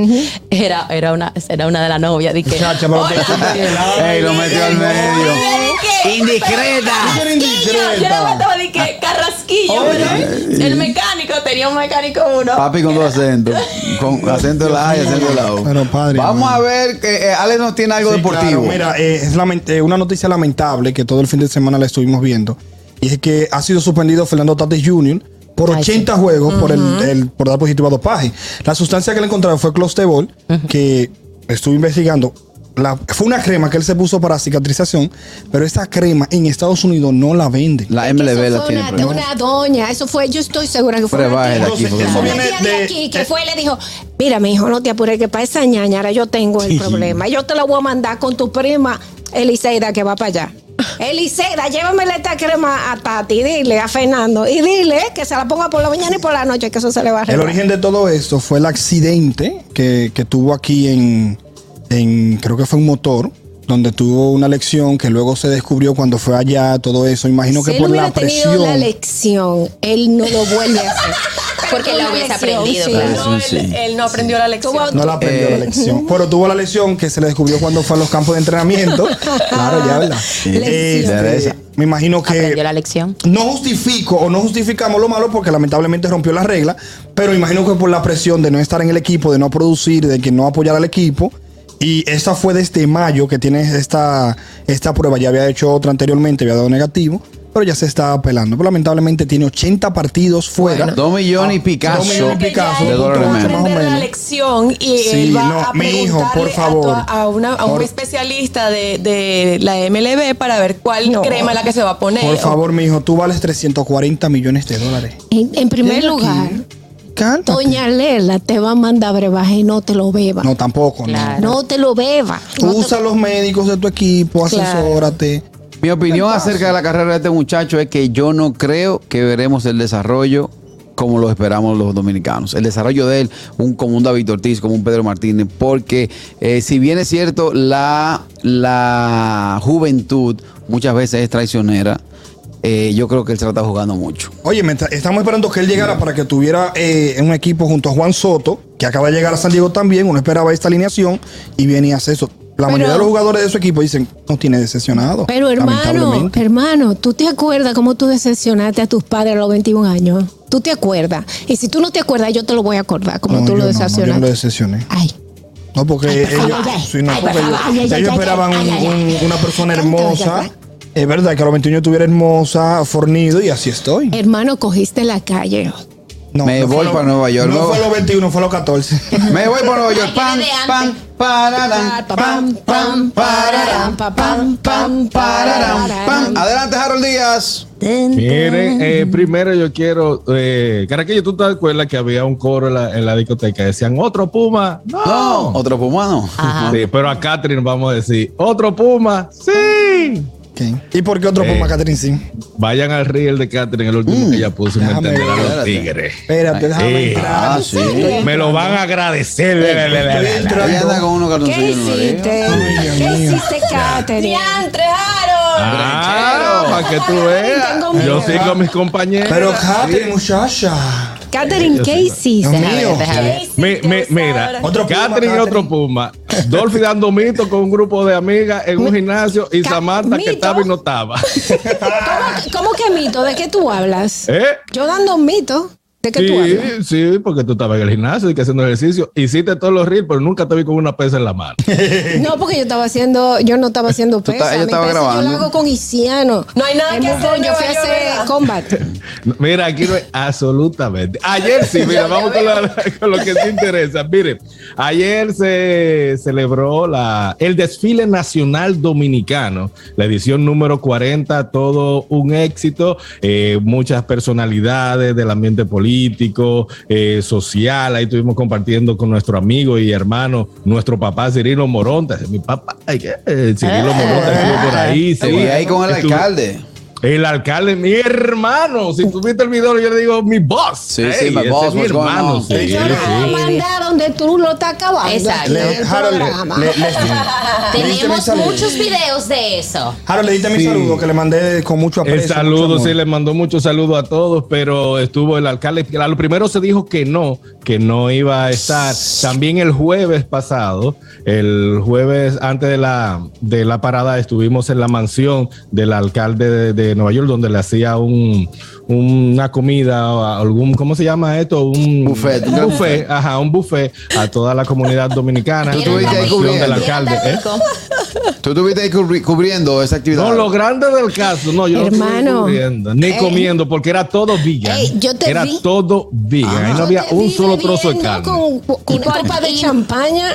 Speaker 5: era, era, una, era una de la novia, dije,
Speaker 6: Chacha, pero que-
Speaker 2: Ey, lo metió al medio.
Speaker 6: Tú
Speaker 2: Indiscreta.
Speaker 6: eres indiscreta.
Speaker 5: yo levantaba de que carrasquillo, pero el mecánico tenía un mecánico uno.
Speaker 6: Ah.
Speaker 2: Papi con dos acentos. Con acento de la A y acento de la O.
Speaker 6: Pero padre,
Speaker 2: Vamos
Speaker 6: hermano.
Speaker 2: a ver que eh, Ale nos tiene algo
Speaker 6: Sí,
Speaker 2: deportivo.
Speaker 6: claro. Mira, eh, es lament- eh, una noticia lamentable que todo el fin de semana la estuvimos viendo. Y es que ha sido suspendido Fernando Tatis Jr. por
Speaker 5: Ay,
Speaker 6: 80 juegos por, el, el- por dar positivo a dopaje. La sustancia que le encontraron fue Clostebol, que estuve investigando. La- fue una crema que él se puso para cicatrización, pero esta crema en Estados Unidos no la venden.
Speaker 2: La
Speaker 3: Eso
Speaker 2: MLB
Speaker 3: fue
Speaker 2: la
Speaker 3: una,
Speaker 2: tiene. pero-
Speaker 3: una doña, eso fue, yo estoy segura que fue
Speaker 2: Pero
Speaker 3: una
Speaker 2: baja
Speaker 3: tía.
Speaker 2: de aquí, porque
Speaker 3: Una
Speaker 2: Eso
Speaker 6: viene
Speaker 3: tía de,
Speaker 6: de-
Speaker 3: aquí que fue y le dijo, mira, mi hijo, no te apures, que para esa ñañara yo tengo el problema. Yo te la voy a mandar con tu prima Eliseida que va para allá. Eliseida, llévamele esta crema a Tati, dile a Fernando y dile que se la ponga por la mañana y por la noche, que eso se le va a
Speaker 6: El
Speaker 3: arreglar.
Speaker 6: origen de todo esto fue el accidente que, que tuvo aquí en, en- creo que fue un motor, donde tuvo una lección que luego se descubrió cuando fue allá, todo eso. Imagino
Speaker 3: Si
Speaker 6: que
Speaker 3: él
Speaker 6: por
Speaker 3: hubiera
Speaker 6: la
Speaker 3: tenido
Speaker 6: presión.
Speaker 3: la lección, él no lo vuelve a hacer.
Speaker 5: Porque la hubiese aprendido,
Speaker 3: claro.
Speaker 5: claro.
Speaker 9: No, él, él no aprendió la lección.
Speaker 6: no la aprendió
Speaker 2: Eh.
Speaker 6: la lección. Pero tuvo la lección que se le descubrió cuando fue a los campos de entrenamiento. Claro, ya, ¿verdad?
Speaker 2: Lección.
Speaker 6: Este, me imagino que
Speaker 5: Aprendió la lección.
Speaker 6: no justifico o no justificamos lo malo porque lamentablemente rompió la regla, pero imagino que por la presión de no estar en el equipo, de no producir, de que no apoyar al equipo. Y esta fue desde mayo que tiene esta, esta prueba. Ya había hecho otra anteriormente, había dado negativo, pero ya se está apelando. Pero lamentablemente tiene 80 partidos fuera.
Speaker 2: Dos millones y Picasso.
Speaker 6: Dos millones y Picasso,
Speaker 2: de
Speaker 6: un
Speaker 2: dólares
Speaker 6: punto
Speaker 2: menos.
Speaker 6: ocho más o
Speaker 9: aprender la
Speaker 6: menos.
Speaker 9: lección y
Speaker 6: Sí,
Speaker 9: él va
Speaker 6: no,
Speaker 9: a
Speaker 6: mi
Speaker 9: preguntarle
Speaker 6: hijo, por favor.
Speaker 9: a, tu- a una- a un
Speaker 6: Por-
Speaker 9: especialista de, de la MLB para ver cuál crema es la que se va a poner.
Speaker 6: Por favor, mi hijo, tú vales 340 millones de dólares.
Speaker 3: En, en primer
Speaker 6: Ven aquí.
Speaker 3: lugar,
Speaker 6: Cálmate.
Speaker 3: Doña Lela te va a mandar brebaje y no te lo beba.
Speaker 6: No, tampoco. no.
Speaker 5: Claro.
Speaker 3: No te lo beba. No te-
Speaker 6: Usa los médicos de tu equipo,
Speaker 3: Claro.
Speaker 6: asesórate.
Speaker 2: Mi opinión acerca de la carrera de este muchacho es que yo no creo que veremos el desarrollo como lo esperamos los dominicanos. El desarrollo de él, un, como un David Ortiz, como un Pedro Martínez, porque eh, si bien es cierto, la, la juventud muchas veces es traicionera, eh, yo creo que él se la está jugando mucho.
Speaker 6: Oye, me está- estamos esperando que él llegara para que tuviera eh, un equipo junto a Juan Soto, que acaba de llegar a San Diego también. Uno esperaba esta alineación y viene y hace eso. La mayoría de los jugadores de su equipo dicen, no tiene decepcionado.
Speaker 3: Pero hermano,
Speaker 6: lamentablemente".
Speaker 3: hermano, ¿tú te acuerdas cómo tú decepcionaste a tus padres a los 21 años? ¿Tú te acuerdas? Y si tú no te acuerdas, yo te lo voy a acordar, como
Speaker 6: No,
Speaker 3: tú
Speaker 6: yo
Speaker 3: lo
Speaker 6: no, no, yo no
Speaker 3: decepcionaste.
Speaker 6: lo decepcioné.
Speaker 3: Ay,
Speaker 6: No, porque
Speaker 3: Ay, por
Speaker 6: ellos,
Speaker 3: favor, ya.
Speaker 6: sí, no,
Speaker 3: Ay, por
Speaker 6: porque
Speaker 3: favor,
Speaker 6: ellos-
Speaker 3: ay, ay,
Speaker 6: ellos
Speaker 3: ay,
Speaker 6: esperaban
Speaker 3: ay, ay,
Speaker 6: un-
Speaker 3: ay.
Speaker 6: un- una persona
Speaker 3: Tanto, ya,
Speaker 6: hermosa.
Speaker 3: ya.
Speaker 6: Es verdad que a los 21 estuviera hermosa, fornido y así estoy.
Speaker 3: hermano, cogiste la calle.
Speaker 6: No,
Speaker 2: Me
Speaker 6: fue
Speaker 2: voy
Speaker 6: lo-
Speaker 2: para Nueva York,
Speaker 6: No
Speaker 2: luego.
Speaker 6: fue a los 21, fue a los 14.
Speaker 2: Me voy por Nueva York. Pam, pam, pararán, pam, pam, pararán, pam, pam, pararán, pam. Adelante, Harold Díaz.
Speaker 7: Miren, eh, primero yo quiero, eh, Caraquillo, ¿tú te acuerdas que había un coro en la, en la discoteca? que Decían, otro Puma, no.
Speaker 2: No, otro pumano.
Speaker 7: Sí, pero a Catherine vamos a decir, otro Puma, sí.
Speaker 6: ¿Y por qué otro
Speaker 7: Eh.
Speaker 6: Puma, Catherine? Sí.
Speaker 7: Vayan al reel de Catherine, el último que ella puso, y me
Speaker 6: déjame
Speaker 7: entenderán
Speaker 2: Mm. ver,
Speaker 7: los
Speaker 2: espérate.
Speaker 7: tigres.
Speaker 6: Espérate, déjame
Speaker 7: Eh.
Speaker 6: entrar.
Speaker 2: Ah, sí.
Speaker 7: Me lo van a agradecer. la, la, la, la, la, la.
Speaker 2: Ella anda con unos
Speaker 3: ¿Qué
Speaker 2: cartoncillos en la oreja.
Speaker 3: hiciste? ¿Qué hiciste, Katherine?
Speaker 7: Ah, para que tú
Speaker 3: Tengo
Speaker 7: veas.
Speaker 3: miedo.
Speaker 7: Yo sí con mis compañeros.
Speaker 6: Pero Catherine, muchacha.
Speaker 3: Katherine, ¿qué
Speaker 6: Dios
Speaker 3: hiciste?
Speaker 6: mío.
Speaker 7: Mi- mi- mira,
Speaker 6: Otro
Speaker 7: otro
Speaker 6: Puma, Catherine.
Speaker 7: otro Puma. Dolphy dando mito con un grupo de amigas en un gimnasio y
Speaker 3: Ca-
Speaker 7: Samantha
Speaker 3: ¿mito?
Speaker 7: que estaba y no estaba.
Speaker 3: ¿Cómo, ¿Cómo que mito? ¿De qué tú hablas?
Speaker 7: ¿Eh?
Speaker 3: Yo dando un mito. ¿De qué tú hablas?
Speaker 7: Sí, sí, porque tú estabas en el gimnasio y que haciendo ejercicio. Hiciste todos los reels, pero nunca te vi con una pesa en la mano.
Speaker 3: No, porque yo estaba haciendo, yo no estaba haciendo
Speaker 2: Tú
Speaker 3: pesa.
Speaker 2: estás- ella
Speaker 3: Mi
Speaker 2: estaba
Speaker 3: pesa Yo
Speaker 2: grabando.
Speaker 3: lo hago con Isiano.
Speaker 9: No hay nada
Speaker 3: Es
Speaker 9: que
Speaker 3: muy
Speaker 9: hacer en
Speaker 3: bueno, Yo fui
Speaker 9: Nueva
Speaker 3: a
Speaker 9: York,
Speaker 3: hacer
Speaker 9: ¿verdad?
Speaker 3: combat.
Speaker 7: Mira, aquí no es absolutamente. Ayer sí, mira, vamos con, la- con lo que te interesa. Mire, ayer se celebró la, el desfile nacional dominicano, la edición número 40, todo un éxito. Eh, muchas personalidades del ambiente político, eh, social. Ahí estuvimos compartiendo con nuestro amigo y hermano, nuestro papá Cirilo Moronta. Mi papá, ay, eh, Cirilo Moronta estuvo por ahí. sí.
Speaker 2: Y ahí con el
Speaker 7: Estuvo-
Speaker 2: alcalde.
Speaker 7: El alcalde, mi hermano. Si tú viste el video, yo le digo mi boss.
Speaker 2: Sí,
Speaker 7: Ey,
Speaker 2: sí, my
Speaker 7: ese
Speaker 2: boss,
Speaker 7: es mi
Speaker 2: what's going
Speaker 7: hermano.
Speaker 2: on?
Speaker 7: sí,
Speaker 2: Ey,
Speaker 7: él
Speaker 3: Yo
Speaker 7: es-
Speaker 3: la mandar donde tú lo estás acabando.
Speaker 5: Exacto.
Speaker 3: aquí en el
Speaker 6: Harold,
Speaker 3: programa.
Speaker 6: le- le- le- ¿Viste mi
Speaker 5: Tenemos
Speaker 6: saludo?
Speaker 5: muchos videos de eso.
Speaker 6: Harold, le diste mi
Speaker 7: Sí.
Speaker 6: saludo que le mandé con mucho aprecio.
Speaker 7: El saludo,
Speaker 6: mucho amor.
Speaker 7: Eh, sí, le mandó muchos saludos a todos, pero estuvo el alcalde. A lo primero se dijo que no, que no iba a estar. También el jueves pasado, el jueves antes de la, de la parada, estuvimos en la mansión del alcalde de, de Nueva York, donde le hacía un, una comida, o algún, ¿cómo se llama esto? Un
Speaker 2: Buffet, un
Speaker 7: Un
Speaker 2: gran
Speaker 7: buffet, ajá, un buffet a toda la comunidad dominicana.
Speaker 5: Tú
Speaker 7: en la
Speaker 2: estuviste ahí
Speaker 7: mansión
Speaker 2: cubriendo.
Speaker 7: del alcalde. ¿eh?
Speaker 2: Tú estuviste ahí cubri- cubriendo esa actividad.
Speaker 7: No, lo grande del caso, no, yo
Speaker 3: Hermano.
Speaker 7: no estuve cubriendo, ni
Speaker 3: Ey.
Speaker 7: comiendo, porque era todo vegan.
Speaker 3: Ey, yo te
Speaker 7: era
Speaker 3: vi. Ah.
Speaker 7: todo vegan. Ahí no
Speaker 3: Yo
Speaker 7: había
Speaker 3: te
Speaker 7: un
Speaker 3: vi
Speaker 7: solo trozo de
Speaker 3: bebiendo
Speaker 7: carne.
Speaker 3: Con, con una
Speaker 5: por
Speaker 3: copa de
Speaker 5: qué?
Speaker 3: champaña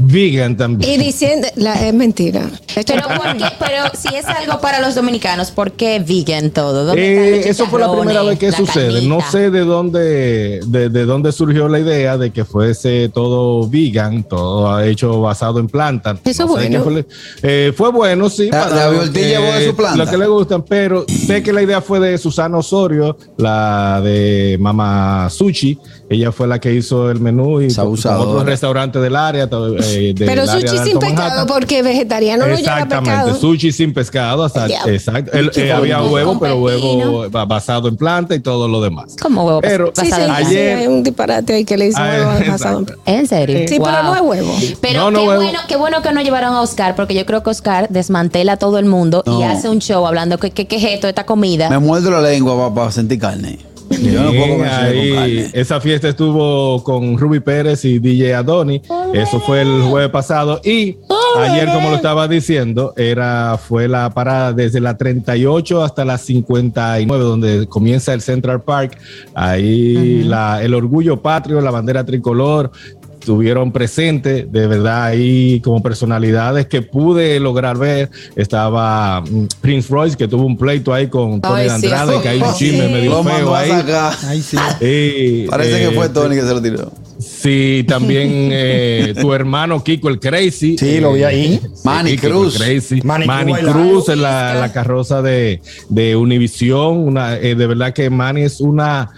Speaker 7: Vegan también.
Speaker 3: y diciendo, la, es mentira. Esto
Speaker 5: Pero, ¿por qué? pero si es algo para los dominicanos, ¿por qué vegan todo? ¿Dónde están
Speaker 7: Eh,
Speaker 5: los
Speaker 7: eso fue la primera vez que
Speaker 5: chicharrones, la
Speaker 7: sucede. No
Speaker 5: carnita?
Speaker 7: sé de dónde, de, de dónde surgió la idea de que fuese todo vegan, todo hecho basado en plantas.
Speaker 3: Eso
Speaker 7: No sé
Speaker 3: bueno.
Speaker 7: qué Fue, eh, fue bueno, sí.
Speaker 2: La-
Speaker 7: para
Speaker 2: la
Speaker 7: lo
Speaker 2: Violti
Speaker 7: que-
Speaker 2: llevó de su planta.
Speaker 7: Lo que le gustan, pero sé que la idea fue de Susana Osorio, la de Mama Sushi. Ella fue la que hizo el menú y
Speaker 2: Esa
Speaker 7: con- con
Speaker 2: abusadora.
Speaker 7: otros restaurantes del área. eh, del
Speaker 3: Pero
Speaker 7: área
Speaker 3: sushi
Speaker 7: de
Speaker 3: sin
Speaker 7: Alto
Speaker 3: pecado,
Speaker 7: Manhattan.
Speaker 3: porque vegetariano no lleva
Speaker 7: Exactamente,
Speaker 3: pecado.
Speaker 7: sushi sin pescado, hasta-
Speaker 3: Diablo.
Speaker 7: exacto. El-
Speaker 3: Qué
Speaker 7: eh, había
Speaker 5: bonito.
Speaker 7: huevo,
Speaker 5: Con
Speaker 7: pero huevo
Speaker 5: pepino.
Speaker 7: ba- basado en planta y todo lo demás.
Speaker 5: ¿Cómo huevo?
Speaker 7: Pero-
Speaker 3: Sí, sí,
Speaker 5: basado en
Speaker 3: sí,
Speaker 5: carne?
Speaker 7: Ayer-
Speaker 3: hay un disparate ahí que le hizo
Speaker 7: Ah,
Speaker 3: huevo al
Speaker 7: exacto.
Speaker 3: pasado.
Speaker 5: ¿En serio?
Speaker 3: Sí, pero no es huevo.
Speaker 5: Pero
Speaker 7: No, no
Speaker 5: qué,
Speaker 7: huevo.
Speaker 5: bueno, qué bueno que no llevaron a Oscar, porque yo creo que Oscar desmantela a todo el mundo y
Speaker 2: No.
Speaker 5: hace un show hablando que qué es esto, esta comida.
Speaker 2: Me muerdo la lengua para sentir carne. Yo no puedo
Speaker 7: Bien,
Speaker 2: comer chile
Speaker 7: ahí,
Speaker 2: con carne.
Speaker 7: esa fiesta estuvo con Ruby Pérez y DJ Adoni. Eso fue el jueves pasado. Y ayer, como lo estaba diciendo, era, fue la parada desde la 38 hasta la 59, donde comienza el Central Park. Ahí la- el orgullo patrio, la bandera tricolor. Estuvieron presentes, de verdad, ahí como personalidades que pude lograr ver. Estaba mm, Prince Royce, que tuvo un pleito ahí con Tony
Speaker 9: Ay, sí,
Speaker 7: Andrade, eh, que hay un
Speaker 9: ay,
Speaker 7: chisme
Speaker 9: sí.
Speaker 7: medio
Speaker 2: Lo
Speaker 7: feo
Speaker 2: mandó a
Speaker 7: ahí.
Speaker 2: sacar.
Speaker 6: Ay, sí.
Speaker 7: Sí,
Speaker 2: Parece
Speaker 7: eh,
Speaker 2: que fue Tony que se lo tiró.
Speaker 7: Sí, también eh, tu hermano Kiko el Crazy.
Speaker 6: Sí, lo vi ahí.
Speaker 2: Manny
Speaker 7: Kiko el
Speaker 2: Cruz.
Speaker 7: Crazy.
Speaker 6: Manny
Speaker 7: Manny,
Speaker 6: Cruz
Speaker 7: Cruz en la, la carroza de, de Univisión. Una, eh, de verdad que Manny es una,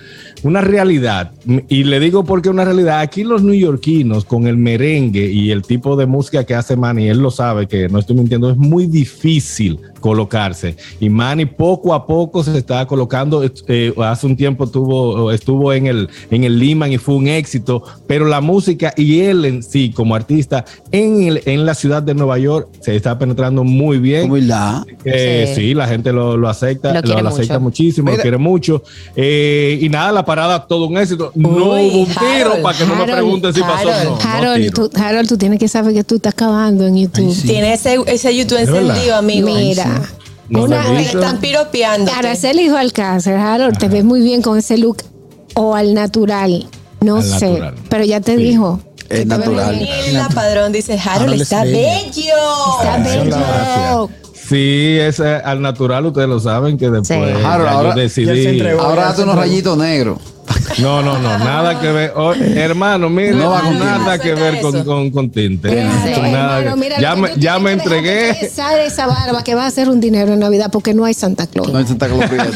Speaker 7: una realidad. Y le digo porque una realidad. Aquí los neoyorquinos con el merengue y el tipo de música que hace Manny, él lo sabe que no estoy mintiendo, es muy difícil colocarse. Y Manny poco a poco se está colocando. Eh, hace un tiempo tuvo, estuvo en el, en el Liman y fue un éxito, pero la música y él en sí como artista en, el- en la ciudad de Nueva York se está penetrando muy bien.
Speaker 2: Humildad.
Speaker 7: Eh,
Speaker 5: Sí.
Speaker 7: sí. la gente lo, lo acepta,
Speaker 5: Lo
Speaker 7: lo,
Speaker 5: quiere
Speaker 7: lo acepta
Speaker 5: mucho.
Speaker 7: muchísimo,
Speaker 2: Mira.
Speaker 7: lo quiere mucho. Eh, y nada, la parada, todo un éxito. no
Speaker 5: Uy,
Speaker 7: hubo un
Speaker 5: Harold,
Speaker 7: tiro para que no me
Speaker 3: Harold,
Speaker 7: pregunten si pasó.
Speaker 5: Harold,
Speaker 7: o no, no
Speaker 3: Harold,
Speaker 7: tiro.
Speaker 3: tú, Harold, tú tienes que saber que tú estás acabando en YouTube.
Speaker 9: Tiene ese, ese YouTube
Speaker 7: Es verdad.
Speaker 9: encendido, amigo.
Speaker 3: Mira.
Speaker 7: No
Speaker 3: Una-
Speaker 7: me
Speaker 9: Le
Speaker 7: digas.
Speaker 9: están piropeando.
Speaker 3: Araceli dijo al cáncer, Harold, te ves muy bien con ese look o al natural. No
Speaker 7: Al
Speaker 3: sé,
Speaker 7: natural.
Speaker 3: pero ya te
Speaker 7: Sí.
Speaker 3: dijo.
Speaker 2: Es natural.
Speaker 9: La padrón dice, Harold
Speaker 6: Harold
Speaker 9: está
Speaker 6: es bello".
Speaker 9: bello.
Speaker 3: Está bello.
Speaker 7: Sí, es eh, al natural, ustedes lo saben que después
Speaker 5: Sí.
Speaker 7: ya
Speaker 2: Harold,
Speaker 7: yo
Speaker 2: ahora-
Speaker 6: ya él se
Speaker 7: decidí.
Speaker 6: entregó.
Speaker 2: Ahora hazte unos rayitos negros.
Speaker 7: No, no, no, nada que ver. Oh, hermano, mira,
Speaker 2: No va con
Speaker 7: nada
Speaker 9: tinte.
Speaker 7: que ver con,
Speaker 9: Eso.
Speaker 7: con, con tinte.
Speaker 3: Claro,
Speaker 7: Nada
Speaker 3: hermano,
Speaker 7: que-
Speaker 3: mira lo
Speaker 7: ya
Speaker 3: que
Speaker 7: me,
Speaker 3: tú
Speaker 7: ya
Speaker 3: tienes
Speaker 7: me
Speaker 3: que dejarte
Speaker 7: entregué.
Speaker 3: Esa, esa barba que va a ser un dinero en Navidad porque no hay Santa Claus.
Speaker 2: No hay Santa Claus Prieto.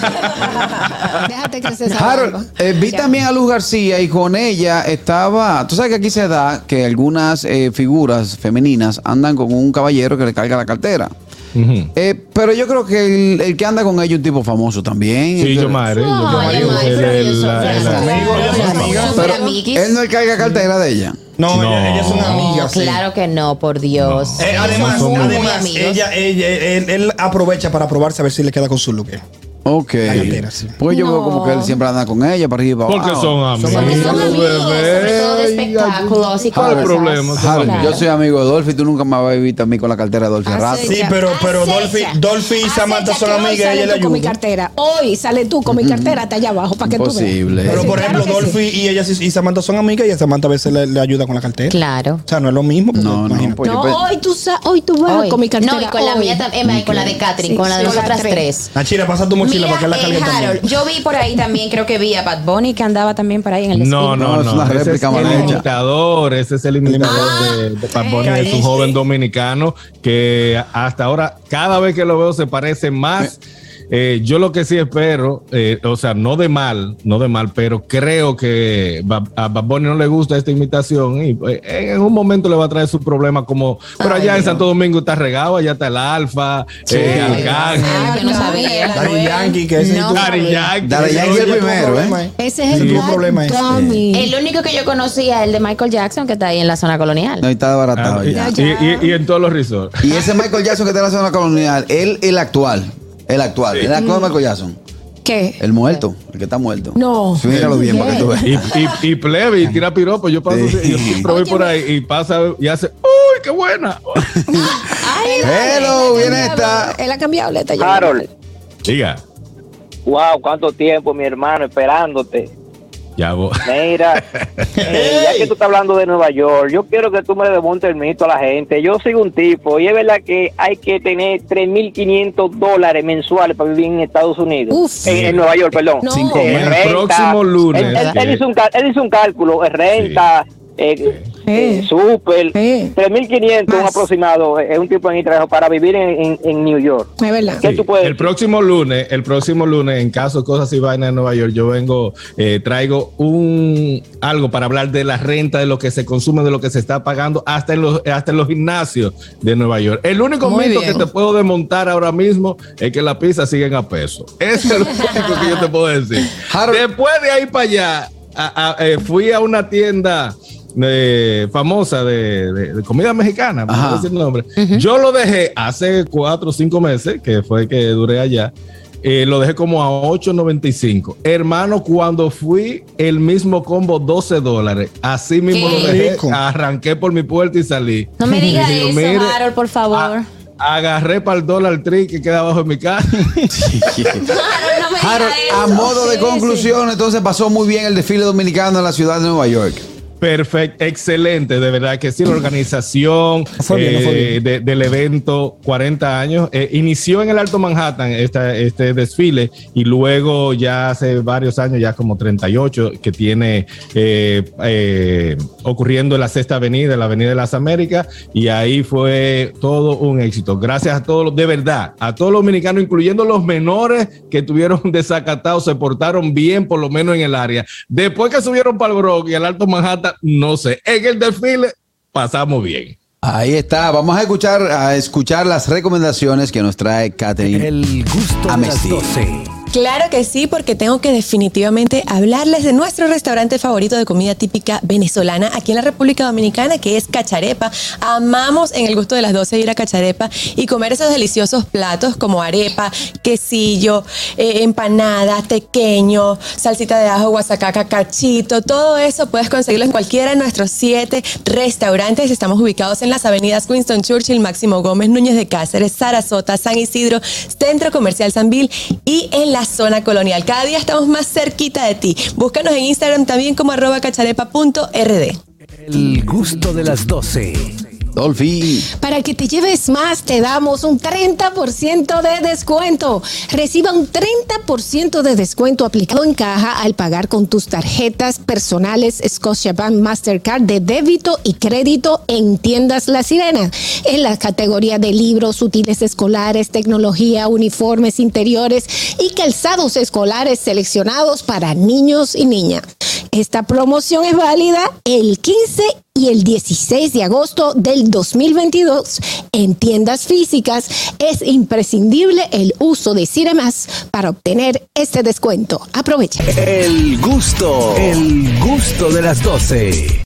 Speaker 3: Déjate crecer esa barba.
Speaker 2: Harold, eh, vi
Speaker 3: Ya.
Speaker 2: también a Luz García y con ella estaba. Tú sabes que aquí se da que algunas eh, figuras femeninas andan con un caballero que le carga la cartera.
Speaker 7: Ujú.
Speaker 2: Eh, pero yo creo que el, el que anda con ella es un tipo famoso también.
Speaker 7: Sí,
Speaker 2: Entonces-
Speaker 7: yo madre. yo
Speaker 5: Ay,
Speaker 7: madre,
Speaker 5: Omar,
Speaker 7: el-
Speaker 5: pero
Speaker 7: el-
Speaker 5: ellos son
Speaker 7: la- el-
Speaker 5: amigos,
Speaker 6: ellos son amigos.
Speaker 5: son
Speaker 2: Pero
Speaker 5: amiguis.
Speaker 2: él no le carga cartera de ella.
Speaker 6: No,
Speaker 7: No.
Speaker 6: Ella, ella es una
Speaker 5: No,
Speaker 6: amiga. sí.
Speaker 5: Claro que no, por Dios.
Speaker 6: Eh,
Speaker 5: Ellos
Speaker 6: además,
Speaker 5: son muy
Speaker 6: además
Speaker 5: amigos.
Speaker 6: ella, ella- él, él aprovecha para probarse a ver si le queda con su look. eh.
Speaker 2: Ok.
Speaker 6: cartera, sí.
Speaker 2: Pues yo
Speaker 3: No.
Speaker 2: veo como que él siempre anda con ella para arriba. y para
Speaker 7: Porque
Speaker 2: abajo.
Speaker 7: son amigos.
Speaker 5: Porque son amigos, sobre todo de
Speaker 7: bebé.
Speaker 5: espectáculos y
Speaker 7: ¿Cuál
Speaker 5: cosas.
Speaker 7: problema? Son
Speaker 2: Harold,
Speaker 7: amigos.
Speaker 2: yo soy amigo de Dolphy, tú nunca me vas a vivir a mí con la cartera de Dolphy a rato.
Speaker 6: Sí, pero, pero Dolphy, Dolphy y Samantha son amigas y
Speaker 3: Sale
Speaker 6: ella le
Speaker 3: tú con mi
Speaker 6: ayuda.
Speaker 3: cartera. Hoy sale tú con mi cartera hasta allá abajo para que tú
Speaker 2: Imposible.
Speaker 3: veas.
Speaker 6: Pero
Speaker 3: Sí,
Speaker 6: por ejemplo,
Speaker 3: claro que sí.
Speaker 6: Dolphy y ella y Samantha son amigas y a Samantha a veces le, le ayuda con la cartera.
Speaker 5: Claro.
Speaker 6: O sea, no es lo mismo. porque
Speaker 2: No, no,
Speaker 6: imagínate.
Speaker 2: pues yo
Speaker 3: No,
Speaker 2: pe-
Speaker 3: hoy tú, sa- hoy tú vas
Speaker 5: Hoy.
Speaker 3: con mi cartera.
Speaker 5: No, y con la
Speaker 3: hoy.
Speaker 5: mía también, eh, con la de Catherine,
Speaker 3: Sí,
Speaker 5: con la de
Speaker 3: sí, con
Speaker 5: nosotras
Speaker 3: las tres.
Speaker 5: tres.
Speaker 6: Nachira, pasa tu mochila para que la
Speaker 5: eh,
Speaker 6: cargue
Speaker 5: Harold,
Speaker 6: también.
Speaker 5: yo vi por ahí también, creo que vi a Bad Bunny que andaba también por ahí en el
Speaker 7: No,
Speaker 5: speed.
Speaker 7: no,
Speaker 2: No,
Speaker 7: no.
Speaker 2: es una
Speaker 7: ese
Speaker 2: réplica
Speaker 7: es
Speaker 2: mal
Speaker 7: el
Speaker 2: hecha.
Speaker 7: imitador, ese es el imitador de, de Bad Bunny, es
Speaker 6: Caíste.
Speaker 7: un joven dominicano que hasta ahora cada vez que lo veo se parece más Eh, yo lo que sí espero, eh, o sea, no de mal, no de mal, pero creo que Ba- a Bad Bunny no le gusta esta imitación y eh, en un momento le va a traer su problema como, pero
Speaker 9: Ay,
Speaker 7: allá en
Speaker 9: Dios.
Speaker 7: Santo Domingo está regado, allá está el Alfa, eh, Arcángel,
Speaker 5: Ah, yo no sabía.
Speaker 9: Daddy
Speaker 6: Daddy Yankee, que ese
Speaker 5: No.
Speaker 6: tú-
Speaker 7: Daddy Yankee.
Speaker 2: Daddy Yankee es el
Speaker 6: Yo tuve un
Speaker 2: primero, ¿eh?
Speaker 6: problema,
Speaker 3: Ese es
Speaker 6: Sí,
Speaker 3: el
Speaker 6: tuvo
Speaker 3: Bad
Speaker 6: problema ese.
Speaker 3: Dummy.
Speaker 5: El único que yo conocía es el de Michael Jackson, que está ahí en la zona colonial.
Speaker 2: No, y está desbaratado
Speaker 7: Ah, y,
Speaker 2: ya.
Speaker 7: y- y en todos los resorts.
Speaker 2: Y ese Michael Jackson que está en la zona colonial, él, el actual. El actual. El actual Michael Jackson.
Speaker 3: ¿Qué?
Speaker 2: El muerto. El que está muerto.
Speaker 3: No.
Speaker 2: Míralo bien para que tú veas.
Speaker 7: Y, y, y plebe, y tira piropo. Yo paso,
Speaker 2: Sí.
Speaker 7: yo siempre voy por ahí y pasa y hace, ¡Uy, qué buena!
Speaker 2: Hello,
Speaker 3: Él ha
Speaker 2: viene
Speaker 3: cambiado,
Speaker 2: esta.
Speaker 3: Él ha cambiado, le está llamando.
Speaker 8: Harold,
Speaker 7: Diga,
Speaker 8: wow, cuánto tiempo, mi hermano, esperándote.
Speaker 7: ya voy.
Speaker 8: Mira, eh, ya que tú estás hablando de Nueva York, yo quiero que tú me demontes el mito a la gente. Yo soy un tipo y es verdad que hay que tener 3.500 dólares mensuales para vivir en Estados Unidos.
Speaker 3: Uf.
Speaker 8: en, en Nueva York, perdón.
Speaker 3: No.
Speaker 2: Cinco
Speaker 8: Eh,
Speaker 7: El
Speaker 2: mil.
Speaker 8: renta.
Speaker 7: próximo lunes,
Speaker 8: Él, él-
Speaker 7: que-
Speaker 8: él hizo, un, cal- él hizo un cálculo, eh, renta, eh, eh,
Speaker 3: Sí.
Speaker 8: súper,
Speaker 3: Sí.
Speaker 8: 3.500 un
Speaker 3: Más.
Speaker 8: aproximado, eh, es un tipo en el trabajo para vivir en, en- en New York.
Speaker 3: Es verdad.
Speaker 8: ¿Qué tú puedes
Speaker 7: El
Speaker 8: decir?
Speaker 7: próximo lunes, el próximo lunes, en caso cosas y vainas en Nueva York, yo vengo, eh, traigo un algo para hablar de la renta, de lo que se consume, de lo que se está pagando, hasta en los, hasta en los gimnasios de Nueva York. El único
Speaker 9: Muy
Speaker 7: mito
Speaker 9: bien.
Speaker 7: que te puedo desmontar ahora mismo es que las pizzas siguen a peso. Ese es el único que yo te puedo decir.
Speaker 2: Harold.
Speaker 7: Después de ahí para allá, a- a- eh, fui a una tienda. eh, famosa de, de- de comida mexicana, por
Speaker 2: Ajá.
Speaker 7: decir el nombre. Yo lo dejé hace cuatro o cinco meses, que fue que duré allá. eh, lo dejé como a 8.95. Hermano, cuando fui, el mismo combo 12 dólares. Así mismo
Speaker 5: ¿Qué?
Speaker 7: lo dejé.
Speaker 6: Rico.
Speaker 7: Arranqué por mi puerta y salí.
Speaker 5: No me digas
Speaker 7: Y digo,
Speaker 5: eso,
Speaker 7: "Mire,
Speaker 5: Harold, por
Speaker 2: Ah,
Speaker 5: favor.
Speaker 7: a- agarré para el dólar tree que queda abajo de mi casa.
Speaker 5: Harold, no me digas
Speaker 2: Harold, a
Speaker 5: eso.
Speaker 2: modo de
Speaker 5: Sí,
Speaker 2: conclusión, entonces pasó muy bien el desfile dominicano en la ciudad de Nueva York.
Speaker 7: Perfecto, excelente, de verdad que sí, la organización
Speaker 6: Fue bien,
Speaker 7: eh,
Speaker 6: fue bien.
Speaker 7: de- del evento 40 años eh, inició en el Alto Manhattan esta- este desfile y luego ya hace varios años, ya como 38, que tiene eh, eh, ocurriendo en la Sexta Avenida, en la Avenida de las Américas y ahí fue todo un éxito. Gracias a todos, los- de verdad, a todos los dominicanos, incluyendo los menores que tuvieron desacatados, se portaron bien, por lo menos en el área. Después que subieron para el Bronx y al Alto Manhattan, no sé, en el desfile pasamos bien.
Speaker 2: Ahí está. Vamos a escuchar, a escuchar las recomendaciones que nos trae Catherine.
Speaker 12: El gusto de las
Speaker 2: Amnesty.
Speaker 12: 12.
Speaker 9: Claro que sí, porque tengo que definitivamente hablarles de nuestro restaurante favorito de comida típica venezolana aquí en la República Dominicana, que es Cacharepa. Amamos en el gusto de las 12 ir a Cacharepa y comer esos deliciosos platos como arepa, quesillo, eh, empanadas, tequeño, salsita de ajo, guasacaca, cachito. Todo eso puedes conseguirlo en cualquiera de nuestros siete restaurantes. Estamos ubicados en las avenidas Winston Churchill, Máximo Gómez, Núñez de Cáceres, Sarasota, San Isidro, Centro Comercial Sanvil y en la zona colonial. Cada día estamos más cerquita de ti. Búscanos en Instagram también como arroba cacharepa.rd.
Speaker 12: El gusto de las 12.
Speaker 2: Dolphy.
Speaker 3: Para que te lleves más, te damos un 30% de descuento. Reciba un 30% de descuento aplicado en caja al pagar con tus tarjetas personales Scotiabank Mastercard de débito y crédito en tiendas La Sirena. En la categoría de libros, útiles escolares, tecnología, uniformes interiores y calzados escolares seleccionados para niños y niñas. Esta promoción es válida el 15 y el 16 de agosto del 2022 en tiendas físicas es imprescindible el uso de Cinemas para obtener este descuento. Aprovecha.
Speaker 12: El gusto, el gusto de las 12.